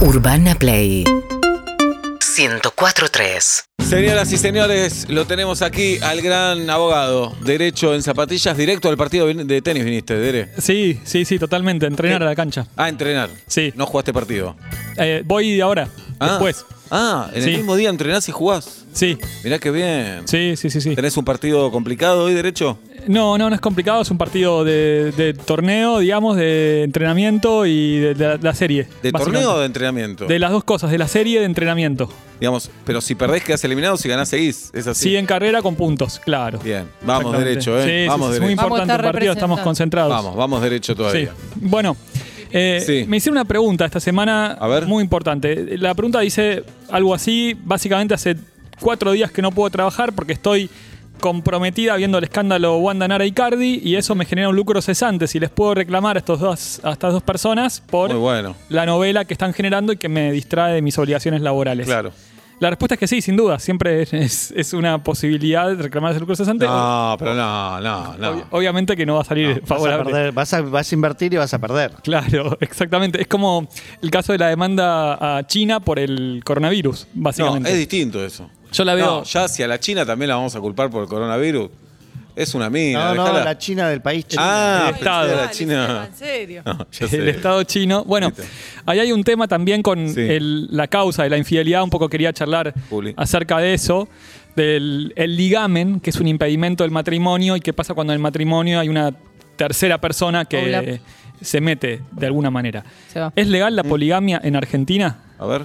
Urbana Play 104.3 Señoras y señores, lo tenemos aquí al gran abogado, derecho en zapatillas, directo al partido vin- de tenis viniste, Dere. Sí, sí, sí, totalmente. Entrenar a la cancha. Ah, entrenar. Sí. No jugaste partido. Eh, voy ahora, Ah. después. Ah, en el Sí. mismo día entrenás y jugás. Sí, Mirá qué bien. sí, sí, sí. sí. ¿Tenés un partido complicado hoy, derecho? No, no, no es complicado. Es un partido de, de torneo, digamos, de entrenamiento y de, de la, la serie. ¿De básicamente. torneo o de entrenamiento? De las dos cosas, de la serie de entrenamiento. Digamos, pero si perdés quedás eliminado, si ganás seguís. Es así. Sí, en carrera con puntos, claro. Bien. Vamos Exactamente. derecho, ¿eh? Sí, vamos sí, sí, es derecho. muy Vamos a importante estar el partido, estamos representados. concentrados. Vamos, vamos derecho Sí. todavía. Bueno, eh, Sí. me hicieron una pregunta esta semana A ver. muy importante. La pregunta dice algo así, básicamente hace cuatro días que no puedo trabajar porque estoy comprometida viendo el escándalo Wanda Nara y Cardi y eso me genera un lucro cesante si les puedo reclamar a, estos dos, a estas dos personas por Muy bueno. la novela que están generando y que me distrae de mis obligaciones laborales. Claro. La respuesta es que sí, sin duda, siempre es, es una posibilidad de reclamar ese lucro cesante. No, pero no, no, Ob- no. Obviamente que no va a salir Vas a, favorable. perder, vas, a, vas a invertir y vas a perder. Claro, exactamente. Es como el caso de la demanda a China por el coronavirus, No, básicamente. es distinto eso. Yo la veo. No, ya hacia la China también la vamos a culpar por el coronavirus. Es una mina. No, no, dejala. la China del país chino. Ah, el pensé Estado. de la Dale, Seba, China. En serio. No, ya el sé. Estado chino. Bueno, ahí hay un tema también con Sí. el- la causa de la infidelidad. Un poco quería charlar Juli. acerca de eso. Del el ligamen, que es un impedimento del matrimonio y qué pasa cuando en el matrimonio hay una tercera persona Hola. que se mete de alguna manera. Se va. ¿Es legal la Mm. poligamia en Argentina? A ver.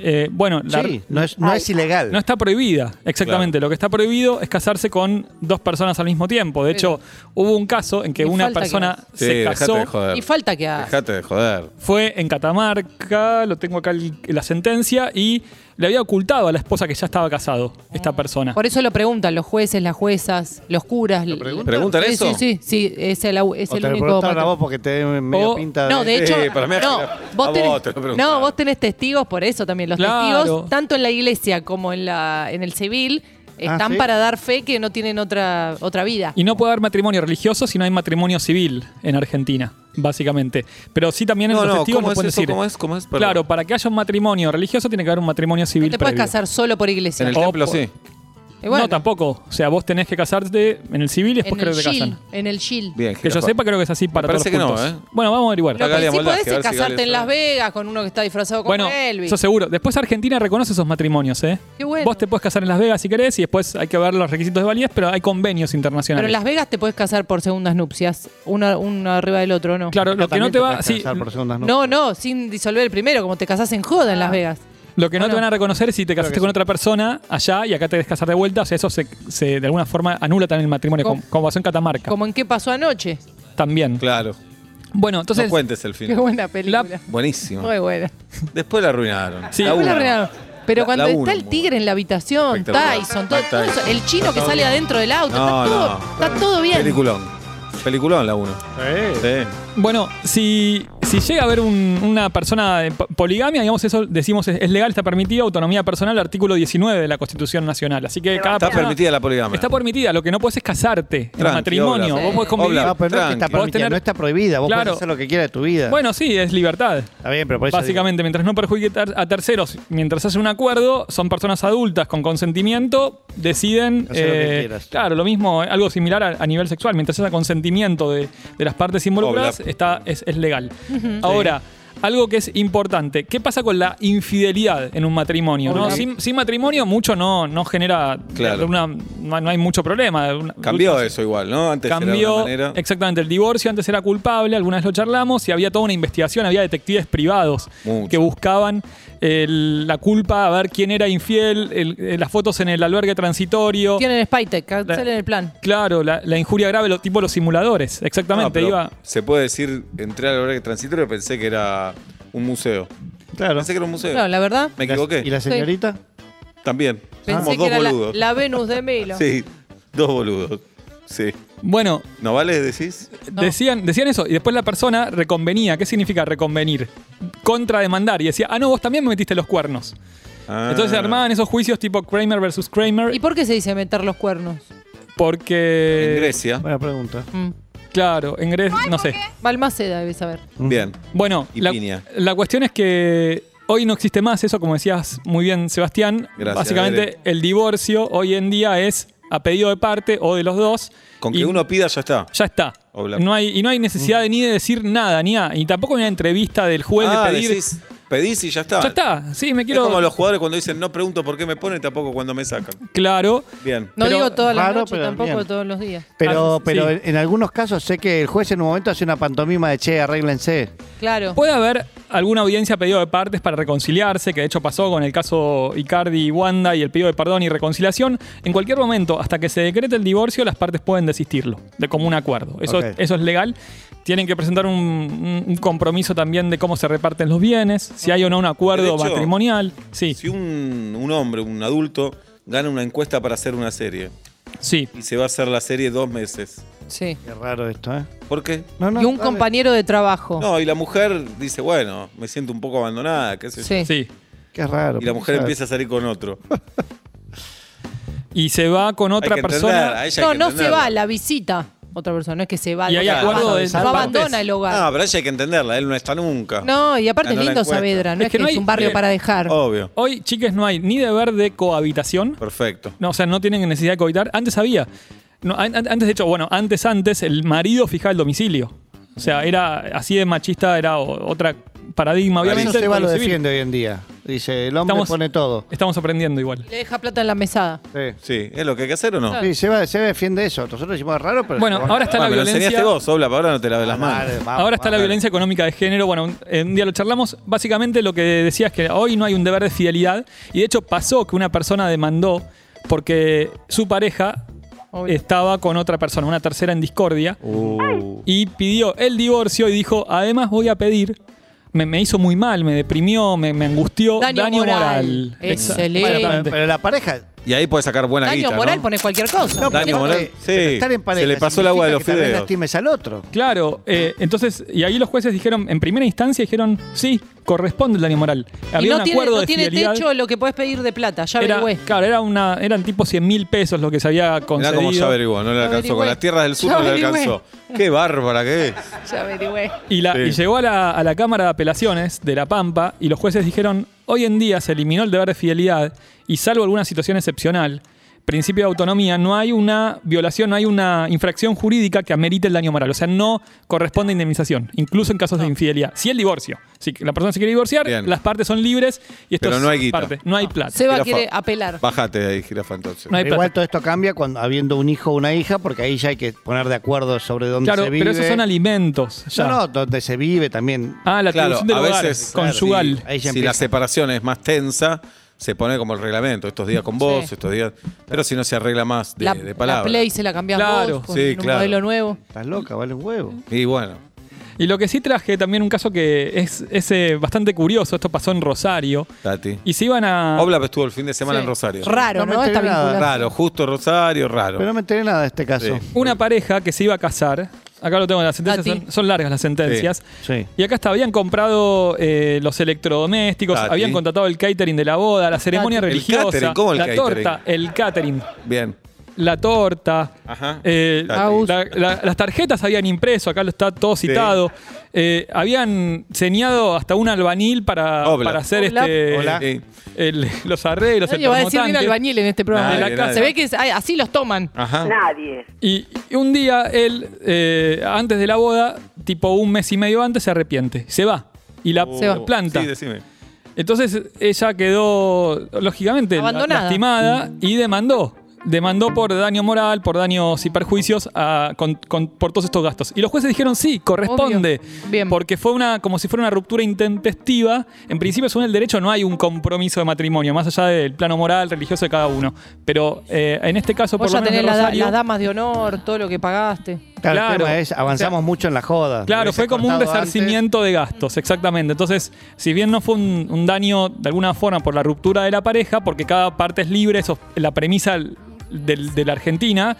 Eh, bueno, la, Sí, no es, no es ilegal. No está prohibida, exactamente. Lo que está prohibido es casarse con dos personas al mismo tiempo. De hecho, hubo un caso en que Ni una falta que persona hagas. Sí, se dejate casó. de joder. Y falta que haga. Dejate de joder. Fue en Catamarca, lo tengo acá el- la sentencia, y le había ocultado a la esposa que ya estaba casado, esta persona. Por eso lo preguntan los jueces, las juezas, los curas. ¿Preguntan Sí, eso? Sí, sí, sí, es el, au- es o el te lo único. preguntaron a vos eh, patrón. porque te medio O- pinta de... No, de hecho, eh, para mí, no, a vos vos tenés, te lo preguntaron. no, vos tenés testigos por eso también. Los Claro. testigos, tanto en la iglesia como en la en el civil, están Ah, ¿sí? para dar fe que no tienen otra, otra vida. Y no puede haber matrimonio religioso si no hay matrimonio civil en Argentina, básicamente. Pero sí también en No, los no, testigos ¿cómo no es pueden eso? decir. ¿Cómo es? ¿Cómo es? Perdón. Claro, para que haya un matrimonio religioso tiene que haber un matrimonio no civil. te puedes previo. casar solo Oh, por iglesia. En el O templo por- sí. Y bueno, No, tampoco. O sea, vos tenés que casarte en el civil y después En creo el que te casan. shil, en el shil. Bien. Que yo jirafa. sepa, creo que es así para parece todos los que no, ¿eh? puntos. Bueno, vamos a averiguar. Lo Galia que sí Moldavia, podés a ver es si Galia casarte en sabe. Las Vegas con uno que está disfrazado como Bueno, Elvis. eso seguro. Después Argentina reconoce esos matrimonios, ¿eh? Qué bueno. Vos te puedes casar en Las Vegas si querés y después hay que ver los requisitos de validez, pero hay convenios internacionales. Pero en Las Vegas te puedes casar por segundas nupcias, una, uno arriba del otro, ¿no? Claro, lo que no También te va, podés sí, casar por segundas No, no, sin disolver el primero, como te casás en joda en Las Vegas. lo que no Ah, te van no. a reconocer es si te casaste con otra persona allá y acá te querés casar de vuelta, o sea, eso se, se, de alguna forma anula también el matrimonio, Com- como, como pasó en Catamarca. Como en qué pasó anoche. También. Claro. Bueno, entonces no cuentes el Qué final. buena película. Buenísimo. Muy buena. Después la arruinaron. Sí. La Después Hola, uno. Renato. Pero La- cuando la uno, está el muy tigre en la habitación, Espectacular. Tyson, todo, Mike todo eso, Tyson. el chino que sale adentro del auto, No, está, todo, no. está todo bien. Peliculón. Peliculón la 1. Eh, Sí. Bueno, si, si llega a haber un- una persona de po- poligamia, digamos eso, decimos es, es legal, está permitido, autonomía personal, artículo 19 de la Constitución Nacional. Así que cada Está persona- permitida la poligamia. Está permitida, lo que no puedes es casarte en Tranqui, matrimonio. obla. Vos podés convivir. Obla. No, pero no, es que Tranqui. está Podés permitida, tener- no está prohibida. Vos Claro. podés hacer lo que quieras de tu vida. Bueno, sí, es libertad. está bien, pero por eso Básicamente, mientras no perjudique ter- a terceros, mientras hace un acuerdo, son personas adultas con consentimiento, deciden. eh, Hacer lo que quieras. claro, lo mismo, eh, algo similar a, a nivel sexual. Mientras haya consentimiento de, de las partes involucradas, Obla. está, es, es legal. Ahora. Algo que es importante, ¿qué pasa con la infidelidad en un matrimonio? ¿no? Obla. Sin, sin matrimonio mucho no, no genera, Claro. una- no, no hay mucho problema. Una- Cambió eso igual, ¿no? Antes era de una cambió manera. exactamente el divorcio antes era culpable algunas lo charlamos y había toda una investigación había detectives privados Mucho. que buscaban el- la culpa a ver quién era infiel el- eh, las fotos en el albergue transitorio Tienen Spytek, cancelen el plan. claro la, la injuria grave lo, tipo los simuladores No, exactamente Ah, pero iba Se puede decir, entré al albergue transitorio y pensé que era un museo. es- Claro. Pensé que era un museo. No, la verdad, Me equivoqué. ¿Y la señorita? También. pensé Ah, Somos que dos era la, boludos. la Venus de Milo. Sí, dos boludos. Sí. bueno ¿No vale, decís? No. Decían, decían eso y después la persona reconvenía. ¿Qué significa reconvenir? Contrademandar. Y decía, ah, no, vos también me metiste los cuernos. Ah. Entonces se armaban esos juicios tipo Kramer versus Kramer ¿Y por qué se dice meter los cuernos? porque... En Grecia. Buena pregunta. Mm. Claro, en Grecia, no sé. Balmaceda debe saber. Bien. Bueno, Y la, piña. la cuestión es que Hoy no existe más eso, como decías muy bien, Sebastián. Gracias, Básicamente, Bere. el divorcio hoy en día es a pedido de parte o de los dos. Con que Y- uno pida ya está. ya está. O blanco. No hay, y no hay necesidad de ni de decir nada, ni a, y tampoco hay una entrevista del juez Ah, de pedir. decís, pedís y ya está. Ya está, sí, me Es quiero. como los jugadores cuando dicen no pregunto por qué me ponen, tampoco cuando me sacan. Claro. Bien. No Pero- digo todas las Raro, noches, pero tampoco bien. todos los días. Pero, Ah, pero sí. en, en algunos casos sé que el juez en un momento hace una pantomima de che, arréglense. Claro. Pues, Puede haber alguna audiencia a pedido de partes para reconciliarse, que de hecho pasó con el caso Icardi y Wanda y el pedido de perdón y reconciliación. En cualquier momento, hasta que se decrete el divorcio, las partes pueden desistirlo, de común acuerdo. Eso, Ok. eso es legal. Tienen que presentar un, un- un compromiso también de cómo se reparten los bienes, si hay o no un acuerdo De hecho, matrimonial. Sí, Si un, un hombre, un adulto, gana una encuesta para hacer una serie sí. y se va a hacer la serie dos meses, Sí. Qué raro esto, ¿eh? ¿por qué? No, no, y un dale. compañero de trabajo. No, y la mujer dice, bueno, me siento un poco abandonada, qué sé yo. Sí. Sí. Qué raro. Y la mujer Claro. empieza a salir con otro. Y se va con otra Hay que entenderla, a persona. ella hay No, que no se entenderla. va, la visita. Otra persona, no es que se va. Y hay la- acuerdo de No abandona partes. el hogar. Ah, pero ella hay que entenderla, él no está nunca. No, y aparte Ah, es no la lindo encuentra. Saavedra, no es, que, es hay- un barrio eh, para dejar. Obvio. Hoy, chiques, no hay ni deber de cohabitación. Perfecto. No, o sea, no tienen necesidad de cohabitar. Antes había. No, an- an- antes, de hecho, bueno, antes, antes, el marido fijaba el domicilio. O sea, era así de machista, era o- otra paradigma, Por obviamente. Eso se va con lo civil. defiende hoy en día. Dice, el hombre Estamos- pone todo. Estamos aprendiendo igual. Le deja plata en la mesada. Sí. Sí, es lo que hay que hacer o no. Sí, Seba, Seba defiende eso. Nosotros decimos "Es raro, pero. Bueno, ahora está la Ah, me lo enseñaste violencia. vos, Obla, para ahora no te laves las manos. Vale, vamos, Ahora está la vamos. violencia económica de género. Bueno, un, eh, un día lo charlamos. Básicamente lo que decía es que hoy no hay un deber de fidelidad. Y de hecho pasó que una persona demandó porque su pareja Obvio. estaba con otra persona, una tercera en discordia. Uh. y pidió el divorcio y dijo, además voy a pedir, me, me hizo muy mal, me deprimió, me, me angustió, daño, Daño moral. moral. Exacto. Excelente. Pero, Exactamente. pero la pareja. Y ahí puedes sacar buena Daño guita, moral, ¿no? pones cualquier cosa. No, Daño pero- moral, eh, sí. pero estar en pareja Se le pasó el agua de significa los que también fideos. lastimes al otro. Claro, eh, entonces, y ahí los jueces dijeron, en primera instancia dijeron, sí, corresponde el daño moral. y Había no un tiene, acuerdo no de tiene fidelidad. techo lo que podés pedir de plata, ya Era- averigüé. claro, era una, eran tipo 100 mil pesos lo que se había Mirá concedido. cómo ya averiguó, no le Ya alcanzó. Con averigüé. las tierras del sur Ya no le averigüé. alcanzó. Qué bárbara que es. Ya averigüé. Y, la- Sí. y llegó a la, a la Cámara de Apelaciones de La Pampa y los jueces dijeron, hoy en día se eliminó el deber de fidelidad y salvo alguna situación excepcional, principio de autonomía, no hay una violación, no hay una infracción jurídica que amerite el daño moral. O sea, no corresponde indemnización, incluso en casos de infidelidad. Si el divorcio, si la persona se quiere divorciar, Bien. las partes son libres y esto Pero es no hay guita. parte, no hay plata. Seba Jirafa. quiere apelar. Bájate de ahí, jirafa, entonces. No hay Pero igual plata. todo esto cambia cuando habiendo un hijo o una hija, porque ahí ya hay que poner de acuerdo sobre dónde Claro, se vive. pero esos son alimentos. ya. No, no, donde se vive también. Ah, la Claro, atribución del a hogar, veces, claro, conyugal. sí. Ahí ya si la empieza. separación es más tensa, se pone como el reglamento. Estos días con vos, Sí. estos días. Pero si no se arregla más de, la, de la palabra. Play se la cambiás Claro. vos con Sí, un claro. modelo nuevo. Estás loca, vale un huevo. Y bueno, Y lo que sí traje también un caso que es, es, eh, bastante curioso, esto pasó en Rosario. Tati. Y se iban a... Obla pues, estuvo el fin de semana Sí. en Rosario. Raro, No me ¿no? Está enteré nada. vinculado. Raro, justo Rosario, raro. Pero no me enteré nada de este caso. Sí. Una pareja que se iba a casar, acá lo tengo, las sentencias Tati. son, son largas las sentencias. Sí. Y acá está, habían comprado eh, los electrodomésticos, Tati. habían contratado el catering de la boda, la ceremonia Ah, Tati. El religiosa, catering, ¿cómo el la catering? torta, el catering, Bien. la torta, Ajá. eh, Tati. Agus. la- la- las tarjetas habían impreso, acá lo está todo citado. Eh, habían señado hasta un albanil para, Obla. para hacer Obla. este... Hola. Sí. el- los arreglos, el Nadie va a decir bien termotanque. albañil en este programa. Nadie, De la casa. nadie. Se ve que es- ay, así los toman. Ajá. Nadie. Y, y un día él, eh, antes de la boda, tipo un mes y medio antes, se arrepiente. Se va. Y la Se va. planta. Oh, Sí, decime. Entonces ella quedó, lógicamente, la- Abandonada. lastimada y demandó. Demandó por daño moral, por daños y perjuicios a- con- con- por todos estos gastos. Y los jueces dijeron sí, corresponde. Obvio. Bien. Porque fue una, como si fuera una ruptura intempestiva. En principio, según el derecho, no hay un compromiso de matrimonio, más allá del plano moral, religioso de cada uno. Pero eh, en este caso, por Vos lo ya menos. tenés de la da- Rosario- las damas de honor, todo lo que pagaste. Claro, Claro. el tema es, avanzamos O sea, mucho en la joda. Claro, Hubiese fue como un cortado antes. resarcimiento de gastos, exactamente. Entonces, si bien no fue un, un daño de alguna forma por la ruptura de la pareja, porque cada parte es libre, eso es la premisa del- del- de la Argentina.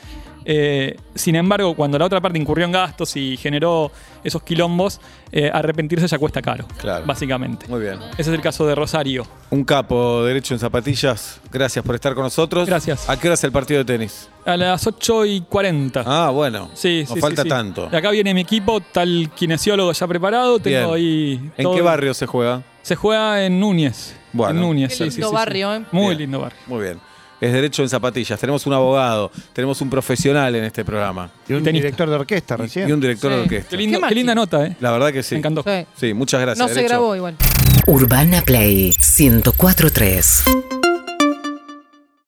eh, sin embargo, cuando la otra parte incurrió en gastos y generó esos quilombos, eh, arrepentirse ya cuesta caro, Claro. básicamente. Muy bien. Ese es el caso de Rosario. Un capo, derecho en zapatillas. Gracias por estar con nosotros. Gracias. ¿A qué hora es el partido de tenis? A las 8 y 40. Ah, bueno. Sí, Nos sí, falta sí, sí. tanto. Acá viene mi equipo, tal kinesiólogo ya preparado. Tengo Bien. ahí. ¿En todo- qué barrio se juega? Se juega en Núñez. Bueno. En Núñez, Qué sí, lindo sí, sí, sí. barrio, ¿eh? Muy Bien. lindo barrio. Muy bien. Es derecho en zapatillas. Tenemos un abogado, tenemos un profesional en este programa. Y un Tenista. director de orquesta recién. Y un director de Sí. orquesta. Qué, lindo- Qué qué linda nota, ¿eh? La verdad que sí. Me encantó. Sí. Sí, muchas gracias. No se Derecho. grabó igual. Urbana Play 1043.